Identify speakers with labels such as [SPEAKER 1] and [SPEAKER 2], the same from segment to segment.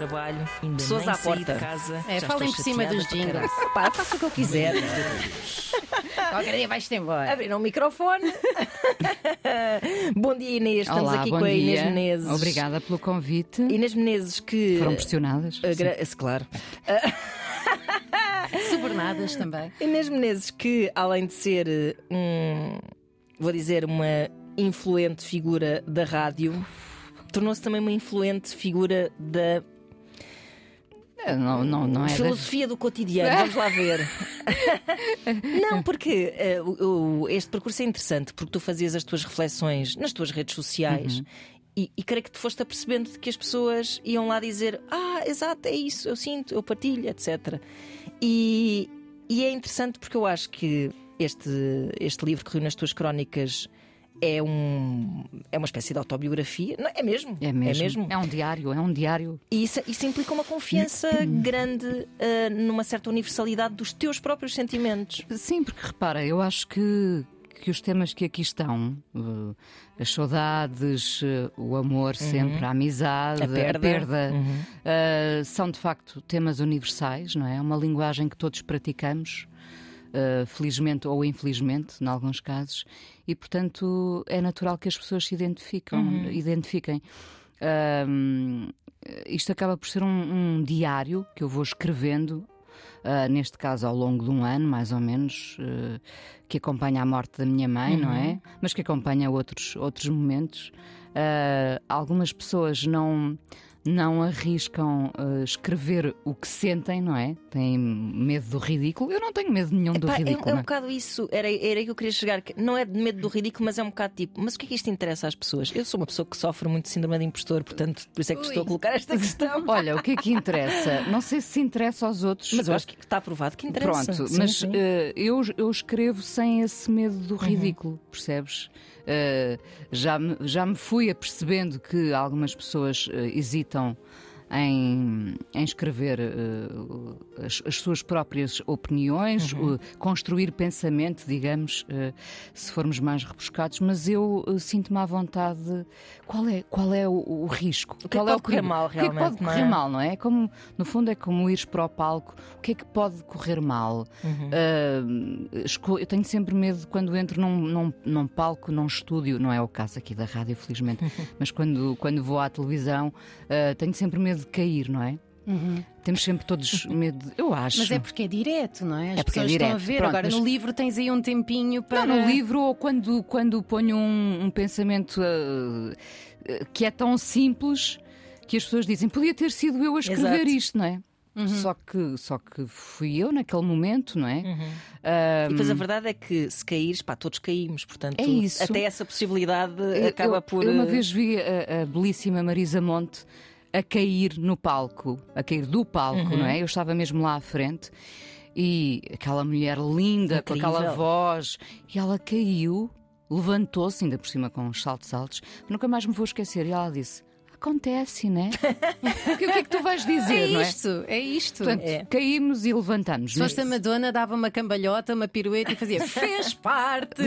[SPEAKER 1] trabalho, ainda
[SPEAKER 2] Pessoas
[SPEAKER 1] nem
[SPEAKER 2] à
[SPEAKER 1] saí
[SPEAKER 2] porta.
[SPEAKER 1] de casa.
[SPEAKER 2] É,
[SPEAKER 1] já
[SPEAKER 2] falem
[SPEAKER 1] estou
[SPEAKER 2] por cima
[SPEAKER 1] chateada
[SPEAKER 2] dos
[SPEAKER 1] para caralho.
[SPEAKER 2] jingles. Pá, faça o que eu quiser. Qualquer dia vais-te embora.
[SPEAKER 1] Abriram o microfone. bom dia, Inês. Estamos
[SPEAKER 3] Olá,
[SPEAKER 1] aqui
[SPEAKER 3] bom
[SPEAKER 1] com a Inês
[SPEAKER 3] dia.
[SPEAKER 1] Menezes.
[SPEAKER 3] Obrigada pelo convite.
[SPEAKER 1] Inês Menezes, que.
[SPEAKER 3] Foram pressionadas.
[SPEAKER 1] Ah, gra- se- Claro.
[SPEAKER 2] É Subornadas também.
[SPEAKER 1] Inês Menezes, que além de ser eh, um. Vou dizer, uma influente figura da rádio, tornou-se também uma influente figura da
[SPEAKER 3] Sim. Não, não, não é das-
[SPEAKER 1] Filosofia do cotidiano, vamos lá ver. não, porque eh, o- o- este percurso é interessante, porque tu fazias as tuas reflexões nas tuas redes sociais.
[SPEAKER 3] Uhum.
[SPEAKER 1] E, e creio que te foste apercebendo de que as pessoas iam lá dizer: Ah, exato, é isso, eu sinto, eu partilho, etc. E, e é interessante porque eu acho que este, este livro que reúne nas tuas crónicas é, um, é uma espécie de autobiografia. Não, é mesmo?
[SPEAKER 3] É mesmo. É um diário, é um diário.
[SPEAKER 1] E isso, isso implica uma confiança grande ah, numa certa universalidade dos teus próprios sentimentos.
[SPEAKER 3] Sim, porque repara, eu acho que, que os temas que aqui estão, eh, as saudades, eh, o amor sempre, a amizade,
[SPEAKER 1] Uhum. A perda. Uhum.
[SPEAKER 3] eh, são de facto temas universais, não é? É Uma linguagem que todos praticamos. eh, felizmente ou infelizmente, em alguns casos, e portanto é natural que as pessoas se identificam,
[SPEAKER 1] Uhum.
[SPEAKER 3] identifiquem. Ahm, Eh, isto acaba por ser um, um diário que eu vou escrevendo, ah, neste caso ao longo de um ano, mais ou menos, eh, que acompanha a morte da minha mãe, não
[SPEAKER 1] Uhum.
[SPEAKER 3] é? Mas que acompanha outros, outros momentos. Ah, algumas pessoas não. Não arriscam ah, escrever o que sentem, não é? Têm medo do ridículo. Eu não tenho medo nenhum do
[SPEAKER 1] Pá, é-
[SPEAKER 3] ridículo.
[SPEAKER 1] é, um
[SPEAKER 3] não é?
[SPEAKER 1] bocado isso, era, era aí que eu queria chegar. que Não é de medo do ridículo, mas é um bocado tipo, mas o que é que isto interessa às pessoas? Eu sou uma pessoa que sofre muito de síndrome de impostor, portanto, por isso é que te estou a colocar esta questão.
[SPEAKER 3] Olha, o que é que interessa? Não sei se interessa aos outros.
[SPEAKER 1] Mas eu acho que está provado que interessa.
[SPEAKER 3] Pronto,
[SPEAKER 1] Sim,
[SPEAKER 3] mas
[SPEAKER 1] sim. Uhum.
[SPEAKER 3] eh, eu, eu escrevo sem esse medo do ridículo, percebes? Eh, já, me, já me fui apercebendo que algumas pessoas eh, hesitam em, em escrever eh, as, as suas próprias opiniões,
[SPEAKER 1] Uhum.
[SPEAKER 3] eh, construir pensamento, digamos, eh, se formos mais rebuscados, mas eu eh, sinto-me à vontade. Qual é, qual é o, o risco?
[SPEAKER 1] O que é que
[SPEAKER 3] qual
[SPEAKER 1] pode correr
[SPEAKER 3] perigo?
[SPEAKER 1] mal,
[SPEAKER 3] O que é que pode
[SPEAKER 1] realmente, não é?
[SPEAKER 3] correr mal, não é? É Como, no fundo, é como ires para o palco. O que é que pode correr mal? Ah, esco- eu tenho sempre medo quando entro num, num, num palco, num estúdio, não é o caso aqui da rádio, felizmente, mas quando, quando vou à televisão, ah, tenho sempre medo de cair, não é? Temos sempre todos medo, de- eu acho.
[SPEAKER 2] Mas é porque é direto, não é? As
[SPEAKER 3] É porque é
[SPEAKER 2] pessoas estão a
[SPEAKER 3] direto,
[SPEAKER 2] ver.
[SPEAKER 3] pronto,
[SPEAKER 2] Agora
[SPEAKER 3] mas-
[SPEAKER 2] no livro tens aí um tempinho para.
[SPEAKER 3] Não, no livro ou quando, quando ponho um, um pensamento ah, ah, que é tão simples que as pessoas dizem podia ter sido eu a escrever
[SPEAKER 1] Exato.
[SPEAKER 3] isto, não é?
[SPEAKER 2] Uhum.
[SPEAKER 3] Só, que, só que fui eu naquele momento, não é? Ah,
[SPEAKER 1] E depois a verdade é que se caíres, pá, todos caímos, portanto,
[SPEAKER 3] É isso.
[SPEAKER 1] até essa possibilidade
[SPEAKER 3] Eu-
[SPEAKER 1] acaba
[SPEAKER 3] eu,
[SPEAKER 1] por.
[SPEAKER 3] eu uma
[SPEAKER 1] eh,
[SPEAKER 3] vez vi a, a belíssima Marisa Monte a cair no palco, a cair do palco,
[SPEAKER 2] Uhum.
[SPEAKER 3] não é? Eu estava mesmo lá à frente e aquela mulher linda, com aquela
[SPEAKER 1] Incrível.
[SPEAKER 3] voz, e ela caiu, levantou-se, ainda por cima com uns saltos altos, nunca mais me vou esquecer, e ela disse: Acontece, né? Porque o que é que tu vais dizer, não
[SPEAKER 2] É
[SPEAKER 3] é?
[SPEAKER 2] isto, é isto.
[SPEAKER 3] Portanto,
[SPEAKER 1] É.
[SPEAKER 3] caímos e levantamos.
[SPEAKER 2] Se
[SPEAKER 3] não é?
[SPEAKER 2] fosse a Madonna, dava uma cambalhota, uma pirueta e fazia fez parte.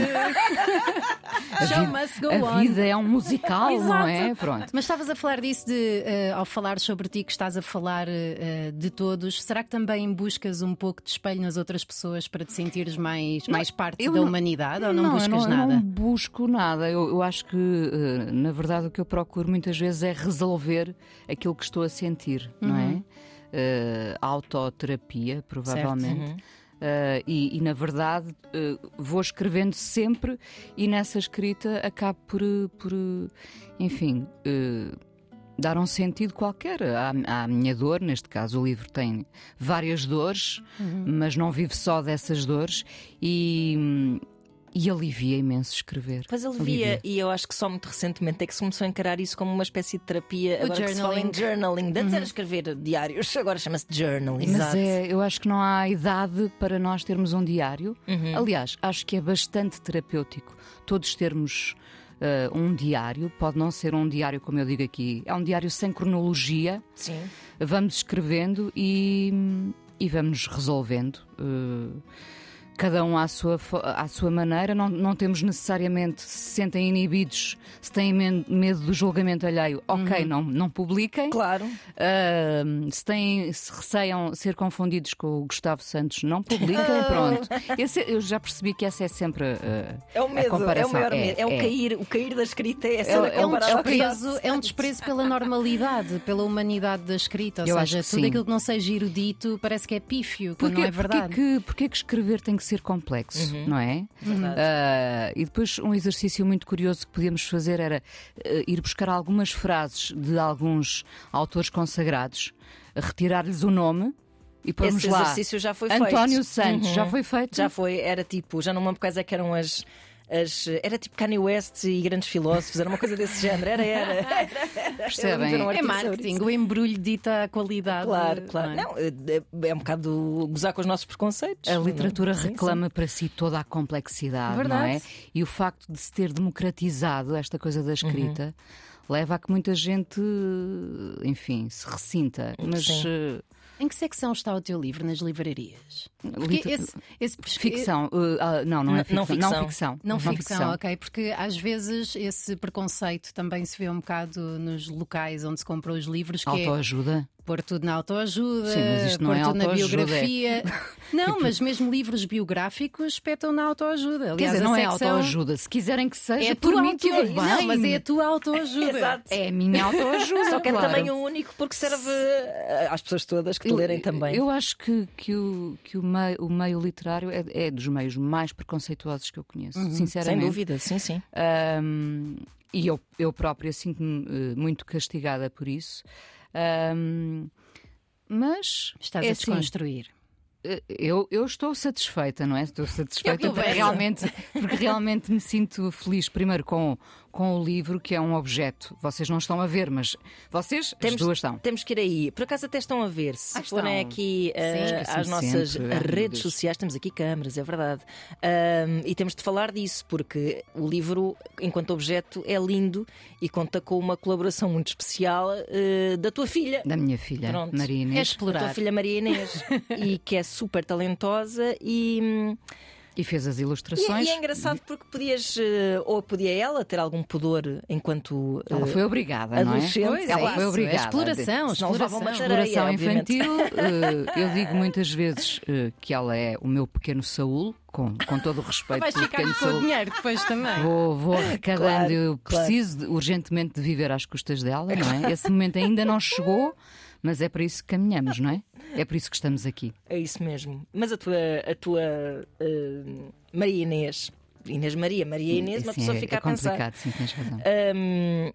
[SPEAKER 3] a,
[SPEAKER 2] Chama-se Go
[SPEAKER 3] vida, a
[SPEAKER 2] On.
[SPEAKER 3] vida é um musical, não é?
[SPEAKER 2] Exato.
[SPEAKER 3] Pronto.
[SPEAKER 2] Mas estavas a falar disso de, eh, ao falar sobre ti, que estás a falar eh, eh, de todos, será que também buscas um pouco de espelho nas outras pessoas para te sentires mais, mais parte da
[SPEAKER 3] eu não-
[SPEAKER 2] humanidade ou não,
[SPEAKER 3] eu
[SPEAKER 2] buscas
[SPEAKER 3] eu
[SPEAKER 2] nada?
[SPEAKER 3] não busco nada. Eu, eu acho que, eh, na verdade, o que eu procuro muitas vezes é resolver aquilo que estou a sentir, não
[SPEAKER 2] Uhum.
[SPEAKER 3] é? Eh, autoterapia, provavelmente. Eh, e, e, na verdade, eh, vou escrevendo sempre e nessa escrita acabo por, eh, por, eh, enfim, eh, dar um sentido qualquer à, à minha dor. Neste caso, o livro tem várias dores, mas não vive só dessas dores e, e alivia imenso escrever.
[SPEAKER 1] Pois ele via, e eu acho que só muito recentemente é que se começou a encarar isso como uma espécie de terapia.
[SPEAKER 2] O
[SPEAKER 1] agora que se fala em
[SPEAKER 2] journaling.
[SPEAKER 1] journaling. Antes era escrever diários, agora chama-se journaling.
[SPEAKER 3] Uhum. Mas é, eu acho que não há idade para nós termos um diário. Aliás, acho que é bastante terapêutico todos termos eh, um diário. Pode não ser um diário, como eu digo aqui, é um diário sem cronologia.
[SPEAKER 1] Sim.
[SPEAKER 3] Vamos escrevendo e, e vamos resolvendo. eh, cada um à sua, fo- à sua maneira, não, não temos necessariamente se sentem inibidos, se têm men- medo do julgamento alheio, ok,
[SPEAKER 1] Uhum.
[SPEAKER 3] não, não publiquem.
[SPEAKER 1] Claro.
[SPEAKER 3] Ahm, se, têm, se receiam ser confundidos com o Gustavo Santos, não
[SPEAKER 1] Ah.
[SPEAKER 3] publiquem, pronto. Esse- eu já percebi que essa é sempre ah,
[SPEAKER 1] É o
[SPEAKER 3] a
[SPEAKER 1] medo, é o
[SPEAKER 3] comparação.
[SPEAKER 1] maior medo. É, o cair, o cair da escrita é ser
[SPEAKER 3] É um
[SPEAKER 2] É um,
[SPEAKER 1] comparado ao caso.
[SPEAKER 2] desprezo, é um desprezo pela normalidade, pela humanidade da escrita. Ou
[SPEAKER 3] Eu acho
[SPEAKER 2] seja,
[SPEAKER 3] que
[SPEAKER 2] tudo
[SPEAKER 3] sim.
[SPEAKER 2] aquilo que não seja erudito parece que é pífio, quando
[SPEAKER 3] Porquê,
[SPEAKER 2] não é verdade.
[SPEAKER 3] porquê que, porquê que escrever tem que ser complexo, não é? Ah, e depois um exercício muito curioso que podíamos fazer era ah, ir buscar algumas frases de alguns autores consagrados, retirar-lhes o nome e pormos
[SPEAKER 1] Esse
[SPEAKER 3] lá.
[SPEAKER 1] exercício já foi feito.
[SPEAKER 3] António Santos, já foi feito?
[SPEAKER 1] Já foi, era tipo, já não me lembro quais é que eram as. as- era tipo Kanye West e grandes filósofos, era uma coisa desse género, era, era.
[SPEAKER 3] Percebem?
[SPEAKER 1] Eu não-
[SPEAKER 2] É marketing, o embrulho dita a qualidade.
[SPEAKER 1] Claro, claro.
[SPEAKER 2] não é?
[SPEAKER 1] Não, é- é um bocado gozar com os nossos preconceitos.
[SPEAKER 3] A literatura
[SPEAKER 1] um Sim, sim.
[SPEAKER 3] reclama para si toda a complexidade, não
[SPEAKER 2] Verdade.
[SPEAKER 3] é? E o facto de se ter democratizado esta coisa da escrita leva a que muita gente, enfim, se ressinta. Mas
[SPEAKER 1] Sim.
[SPEAKER 3] eh,
[SPEAKER 2] Em que secção está o teu livro nas livrarias? Porque
[SPEAKER 3] Liter-
[SPEAKER 2] esse, esse pesqui-
[SPEAKER 3] ficção, eh, ah, não, não é
[SPEAKER 1] Não- não
[SPEAKER 3] ficção.
[SPEAKER 1] ficção.
[SPEAKER 2] Não, ficção, é ok, porque às vezes esse preconceito também se vê um bocado nos locais onde se compram os livros, que é
[SPEAKER 3] Autoajuda.
[SPEAKER 2] pôr tudo na autoajuda,
[SPEAKER 3] Sim, mas isto não
[SPEAKER 2] pôr
[SPEAKER 3] é
[SPEAKER 2] tudo na
[SPEAKER 3] autoajuda,
[SPEAKER 2] biografia. Não, mas mesmo livros biográficos espetam na autoajuda.
[SPEAKER 3] Quer
[SPEAKER 2] Aliás,
[SPEAKER 3] dizer,
[SPEAKER 2] a
[SPEAKER 3] não é
[SPEAKER 2] secção
[SPEAKER 3] autoajuda. Se quiserem que seja,
[SPEAKER 2] É
[SPEAKER 3] por
[SPEAKER 2] tua
[SPEAKER 3] mim, tudo bem.
[SPEAKER 2] autoajuda. Não, mas é a tua autoajuda.
[SPEAKER 1] Exato.
[SPEAKER 3] É a minha autoajuda.
[SPEAKER 1] Só que é
[SPEAKER 3] claro.
[SPEAKER 2] um-
[SPEAKER 1] também o único porque serve eh, às pessoas todas que te
[SPEAKER 3] Eu-
[SPEAKER 1] lerem também.
[SPEAKER 3] Eu acho que, que, o, que o, meio, o meio literário é, é dos meios mais preconceituosos que eu conheço,
[SPEAKER 2] Uhum,
[SPEAKER 1] Sem
[SPEAKER 3] sinceramente.
[SPEAKER 1] dúvida, sim, sim.
[SPEAKER 3] Ahm, e eu, eu própria sinto-me eh, muito castigada por isso. Ahm, mas
[SPEAKER 2] Estás
[SPEAKER 3] é
[SPEAKER 2] a
[SPEAKER 3] assim,
[SPEAKER 2] desconstruir.
[SPEAKER 3] eh, eu, eu estou satisfeita, não é? Estou satisfeita
[SPEAKER 2] Eu- eu
[SPEAKER 3] porque,
[SPEAKER 2] vejo.
[SPEAKER 3] realmente, porque realmente me sinto feliz, primeiro com, com o livro, que é um objeto. Vocês não estão a ver, mas vocês, as duas estão.
[SPEAKER 1] Ah, Temos que ir aí. Por acaso até estão a ver. Se
[SPEAKER 3] Ah, estão.
[SPEAKER 1] forem aqui eh,
[SPEAKER 3] esqueço-me
[SPEAKER 1] às nossas
[SPEAKER 3] sempre. Ai, meu
[SPEAKER 1] redes
[SPEAKER 3] Deus.
[SPEAKER 1] sociais, temos aqui câmaras, é verdade. Ahm, e temos de falar disso, porque o livro, enquanto objeto, é lindo e conta com uma colaboração muito especial eh, da tua filha.
[SPEAKER 3] Da minha filha,
[SPEAKER 1] Pronto.
[SPEAKER 3] Maria
[SPEAKER 2] É
[SPEAKER 3] Inês.
[SPEAKER 1] Da tua
[SPEAKER 2] explorar.
[SPEAKER 1] filha Maria Inês, e que é super talentosa e. hum,
[SPEAKER 3] E fez as
[SPEAKER 1] E, é-
[SPEAKER 3] ilustrações.
[SPEAKER 1] e é engraçado porque podias, eh, ou podia ela ter algum pudor enquanto. eh,
[SPEAKER 3] Ela foi obrigada,
[SPEAKER 1] adolescente,
[SPEAKER 3] não é?
[SPEAKER 1] Pois
[SPEAKER 3] ela
[SPEAKER 1] é
[SPEAKER 3] foi
[SPEAKER 1] isso,
[SPEAKER 3] obrigada.
[SPEAKER 2] A exploração,
[SPEAKER 1] Senão levavam
[SPEAKER 2] exploração.
[SPEAKER 1] uma tarefa.
[SPEAKER 3] Exploração
[SPEAKER 1] Tareia, obviamente.
[SPEAKER 3] infantil, eh, eu digo muitas vezes eh, que ela é o meu pequeno Saúl, com, com todo o respeito
[SPEAKER 2] Vais
[SPEAKER 3] pelo
[SPEAKER 2] ficar
[SPEAKER 3] pequeno
[SPEAKER 2] com o
[SPEAKER 3] Saúl.
[SPEAKER 2] dinheiro depois também.
[SPEAKER 3] Tipo, Vou, vou arrecadando,
[SPEAKER 1] Claro,
[SPEAKER 3] eu
[SPEAKER 1] claro.
[SPEAKER 3] preciso de- urgentemente de viver às custas dela, não é? Esse momento ainda não chegou, mas é para isso que caminhamos, não é? É por isso que estamos aqui.
[SPEAKER 1] É isso mesmo. Mas a tua, a tua eh, Maria Inês, Inês Maria, Maria Inês, uma
[SPEAKER 3] Assim,
[SPEAKER 1] pessoa
[SPEAKER 3] é,
[SPEAKER 1] fica
[SPEAKER 3] é
[SPEAKER 1] a pensar.
[SPEAKER 3] complicado, sim, tens razão.
[SPEAKER 1] Hum,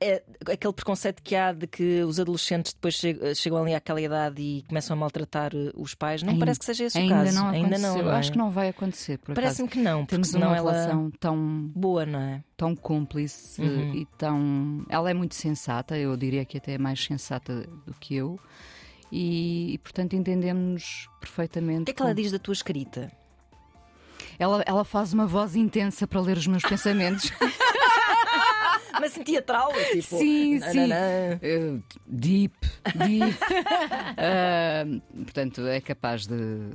[SPEAKER 1] é aquele preconceito que há de que os adolescentes depois che- chegam ali àquela idade e começam a maltratar eh, os pais. Não
[SPEAKER 3] Ainda-
[SPEAKER 1] parece que seja esse
[SPEAKER 3] ainda
[SPEAKER 1] o caso.
[SPEAKER 3] Não
[SPEAKER 1] ainda não.
[SPEAKER 3] aconteceu.
[SPEAKER 1] não é?
[SPEAKER 3] Acho que não vai acontecer, por acaso.
[SPEAKER 1] Parece-me que não, porque
[SPEAKER 3] Temos
[SPEAKER 1] senão
[SPEAKER 3] uma
[SPEAKER 1] ela
[SPEAKER 3] relação tão
[SPEAKER 1] boa, não é?
[SPEAKER 3] tão cúmplice
[SPEAKER 1] Uhum.
[SPEAKER 3] eh, e tão. Ela é muito sensata, eu diria que até é mais sensata do que eu. E, e, portanto entendemos perfeitamente.
[SPEAKER 1] O que é que ela
[SPEAKER 3] com-
[SPEAKER 1] diz da tua escrita?
[SPEAKER 3] Ela, ela faz uma voz intensa para ler os meus pensamentos.
[SPEAKER 1] Mas assim teatral, é tipo.
[SPEAKER 3] Ah. Sim, sim.
[SPEAKER 1] nananã.
[SPEAKER 3] Eh, deep, deep. Ah, portanto, é capaz de, de-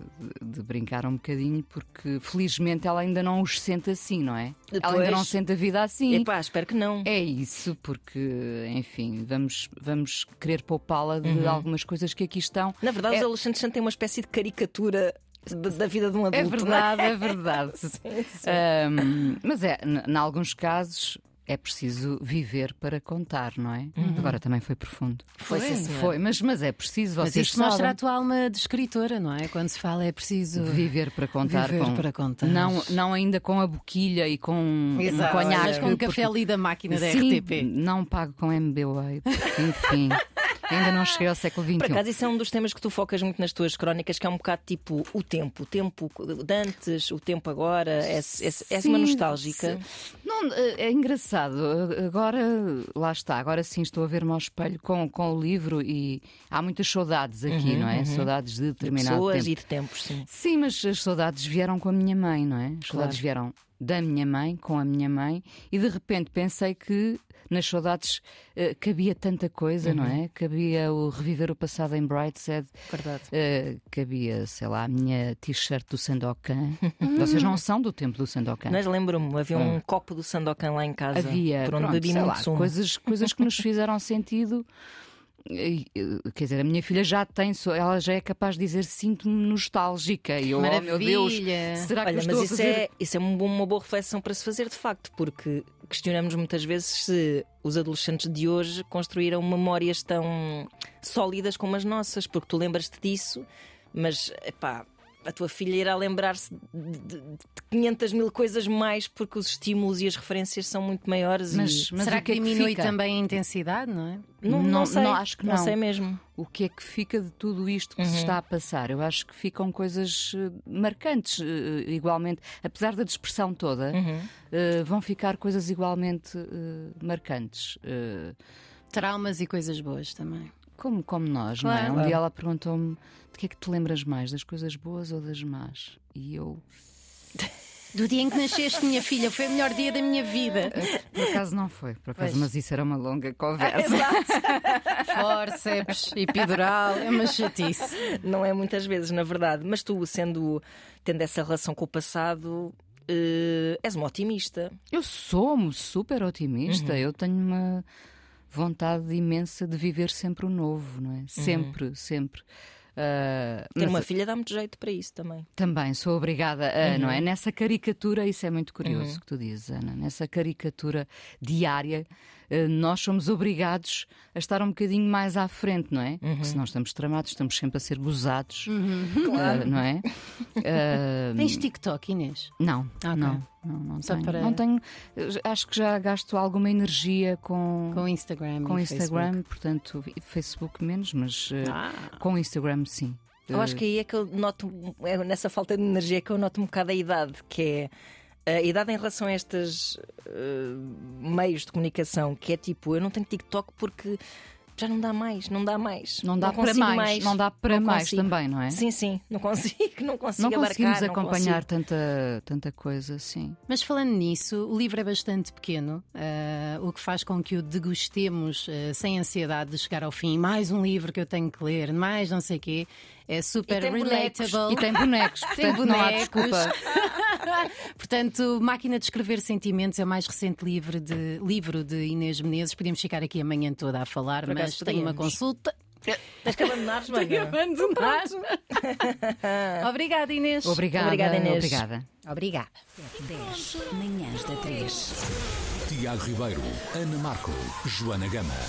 [SPEAKER 3] de brincar um bocadinho, porque felizmente ela ainda não os sente assim, não é? Ela ainda
[SPEAKER 1] Pois.
[SPEAKER 3] não sente a vida assim.
[SPEAKER 1] Epá, espero que não.
[SPEAKER 3] É isso, porque, enfim, vamos, vamos querer poupá-la de
[SPEAKER 1] Uhum.
[SPEAKER 3] algumas coisas que aqui estão.
[SPEAKER 1] Na verdade,
[SPEAKER 3] É-
[SPEAKER 1] os adolescentes sentem uma espécie de caricatura da, da vida de um adulto.
[SPEAKER 3] É
[SPEAKER 1] não
[SPEAKER 3] verdade, é verdade.
[SPEAKER 1] Sim, sim.
[SPEAKER 3] Ahm, mas é, em alguns casos é preciso viver para contar, não é? Agora também foi profundo.
[SPEAKER 1] Uhum. Foi, sim, senhora.
[SPEAKER 3] foi, mas, mas é preciso,
[SPEAKER 2] Mas
[SPEAKER 3] vocês
[SPEAKER 2] isto mostra a
[SPEAKER 3] sabem,
[SPEAKER 2] tua alma de escritora, não é? Quando se fala é preciso
[SPEAKER 3] viver para contar.
[SPEAKER 2] viver
[SPEAKER 3] com-
[SPEAKER 2] para contar.
[SPEAKER 3] Não, não ainda com a boquilha e com um
[SPEAKER 2] Exato,
[SPEAKER 3] conhaque.
[SPEAKER 2] mas com um
[SPEAKER 3] porque-
[SPEAKER 2] café ali da máquina da
[SPEAKER 3] Sim,
[SPEAKER 2] RTP.
[SPEAKER 3] não pago com MBWay, porque, enfim, ainda não cheguei ao século XXI.
[SPEAKER 1] Por acaso, isso é um dos temas que tu focas muito nas tuas crónicas, que é um bocado tipo o tempo, o tempo de antes, o tempo agora, és, és, és uma
[SPEAKER 3] Sim,
[SPEAKER 1] nostálgica.
[SPEAKER 3] se- Não, eh, é engraçado. eh, Agora, lá está, agora sim estou a ver-me ao espelho com, com o livro e há muitas saudades aqui, não é? Saudades de determinado
[SPEAKER 1] Uhum, Pessoas
[SPEAKER 3] tempo.
[SPEAKER 1] e de tempos, sim.
[SPEAKER 3] Sim, mas as saudades vieram com a minha mãe, não é? As saudades vieram da minha mãe, com a minha mãe, e de repente pensei que nas saudades eh, cabia tanta coisa, não
[SPEAKER 1] Uhum.
[SPEAKER 3] é? Cabia o reviver o passado em Brightside,
[SPEAKER 1] Verdade.
[SPEAKER 3] eh, cabia, sei lá, a minha t-shirt do Sandokan. Vocês não são do tempo do Sandokan.
[SPEAKER 1] Mas lembro-me, havia um copo do Sandokan lá em casa
[SPEAKER 3] É. Hum. Havia
[SPEAKER 1] é. por onde
[SPEAKER 3] pronto,
[SPEAKER 1] bebi
[SPEAKER 3] sei
[SPEAKER 1] muito
[SPEAKER 3] lá,
[SPEAKER 1] sumo.
[SPEAKER 3] coisas, coisas que nos fizeram sentido. E, eh, Quer dizer, a minha filha já tem, so- ela já é capaz de dizer sinto-me nostálgica. E eu, oh meu Deus,
[SPEAKER 2] Maravilha.
[SPEAKER 3] será Tá que
[SPEAKER 1] Olha,
[SPEAKER 3] eu estou
[SPEAKER 1] mas
[SPEAKER 3] a
[SPEAKER 1] isso,
[SPEAKER 3] fazer
[SPEAKER 1] é, isso é um bom- uma boa reflexão para se fazer, de facto, porque questionamos muitas vezes se os adolescentes de hoje construíram memórias tão sólidas como as nossas, porque tu lembras-te disso, mas epá, a tua filha irá lembrar-se de, de- de 500 mil coisas mais, porque os estímulos e as referências são muito maiores.
[SPEAKER 3] Mas, mas
[SPEAKER 2] Será
[SPEAKER 3] o
[SPEAKER 2] que,
[SPEAKER 3] que, é que
[SPEAKER 2] diminui
[SPEAKER 3] fica?
[SPEAKER 2] também a intensidade, não é?
[SPEAKER 1] e não, não,
[SPEAKER 3] não-
[SPEAKER 1] sei,
[SPEAKER 3] não, acho que não.
[SPEAKER 1] sei mesmo.
[SPEAKER 3] O que é que fica de tudo isto que
[SPEAKER 1] Uhum.
[SPEAKER 3] se está a passar? Eu acho que ficam coisas eh, marcantes, eh, igualmente, apesar da dispersão toda,
[SPEAKER 1] Uhum.
[SPEAKER 3] eh, vão ficar coisas igualmente eh, marcantes. Eh,
[SPEAKER 2] Traumas e coisas boas também.
[SPEAKER 3] como, como nós, não é?
[SPEAKER 2] Claro.
[SPEAKER 3] Um dia ela perguntou-me de que é que te lembras mais, das coisas boas ou das más? E eu,
[SPEAKER 2] Do dia em que nasceste, minha filha, foi o melhor dia da minha vida.
[SPEAKER 3] por acaso não foi, por acaso,
[SPEAKER 2] Pois. Ah,
[SPEAKER 3] mas isso era uma longa conversa.
[SPEAKER 2] Fórceps, epidural, é uma chatice.
[SPEAKER 1] Não é muitas vezes, na verdade. Mas tu, sendo tendo essa relação com o passado, eh, és uma otimista.
[SPEAKER 3] Eu sou super
[SPEAKER 2] Uhum.
[SPEAKER 3] otimista, eu tenho uma vontade imensa de viver sempre o novo, não
[SPEAKER 2] Uhum.
[SPEAKER 3] é? Sempre, sempre. Ah,
[SPEAKER 1] Ter
[SPEAKER 3] mas
[SPEAKER 1] uma filha dá muito jeito para isso também.
[SPEAKER 3] Também sou obrigada a, não é? Nessa caricatura, isso é muito curioso o que tu dizes, Ana, nessa caricatura diária, eh, nós somos obrigados a estar um bocadinho mais à frente, não é? Porque senão estamos tramados, estamos sempre a ser gozados, eh, não é? Eh,
[SPEAKER 2] Tens TikTok, Inês?
[SPEAKER 3] não,
[SPEAKER 2] Ok.
[SPEAKER 3] não, não, não
[SPEAKER 2] Só
[SPEAKER 3] tenho.
[SPEAKER 2] para-
[SPEAKER 3] Não tenho. eu Acho que já gasto alguma energia com,
[SPEAKER 2] Com Instagram.
[SPEAKER 3] com
[SPEAKER 2] e
[SPEAKER 3] Instagram, portanto, e Facebook menos, mas eh,
[SPEAKER 2] Facebook. Ah,
[SPEAKER 3] com Instagram sim.
[SPEAKER 1] Eu
[SPEAKER 3] Hum.
[SPEAKER 1] acho que aí é que eu noto, é nessa falta de energia que eu noto um bocado a idade, que é a idade em relação a estes eh, meios de comunicação, que é tipo, eu não tenho TikTok porque já não dá mais, não dá mais.
[SPEAKER 3] Não dá para
[SPEAKER 1] consigo
[SPEAKER 3] mais, não dá para
[SPEAKER 1] não
[SPEAKER 3] mais
[SPEAKER 1] consigo.
[SPEAKER 3] também, não é?
[SPEAKER 1] Sim, sim, não consigo, não consigo
[SPEAKER 3] não conseguimos
[SPEAKER 1] abarcar, não
[SPEAKER 3] acompanhar
[SPEAKER 1] consigo.
[SPEAKER 3] tanta, tanta coisa, sim.
[SPEAKER 2] Mas falando nisso, o livro é bastante pequeno, ah, o que faz com que o degustemos ah, sem ansiedade de chegar ao fim. Mais um livro que eu tenho que ler, mais não sei quê. É super
[SPEAKER 1] E tem bonecos.
[SPEAKER 2] relatable.
[SPEAKER 3] E tem bonecos,
[SPEAKER 2] Tem
[SPEAKER 3] portanto
[SPEAKER 2] bonecos.
[SPEAKER 3] não há desculpa.
[SPEAKER 2] Portanto, Máquina de Escrever Sentimentos é o mais recente livro de, livro de Inês Menezes. Podíamos ficar aqui amanhã toda a falar,
[SPEAKER 1] Por acaso
[SPEAKER 2] mas tenho uma
[SPEAKER 1] podíamos.
[SPEAKER 2] consulta.
[SPEAKER 1] Tens que abandonares,
[SPEAKER 2] Tenho
[SPEAKER 1] Magda.
[SPEAKER 2] abandonar.
[SPEAKER 1] Ah.
[SPEAKER 2] Obrigada, Inês.
[SPEAKER 3] Obrigada,
[SPEAKER 1] Obrigada, Inês.
[SPEAKER 3] Obrigada.
[SPEAKER 2] Obrigada.
[SPEAKER 4] Tiago Ribeiro, Ana Marco, Joana Gama.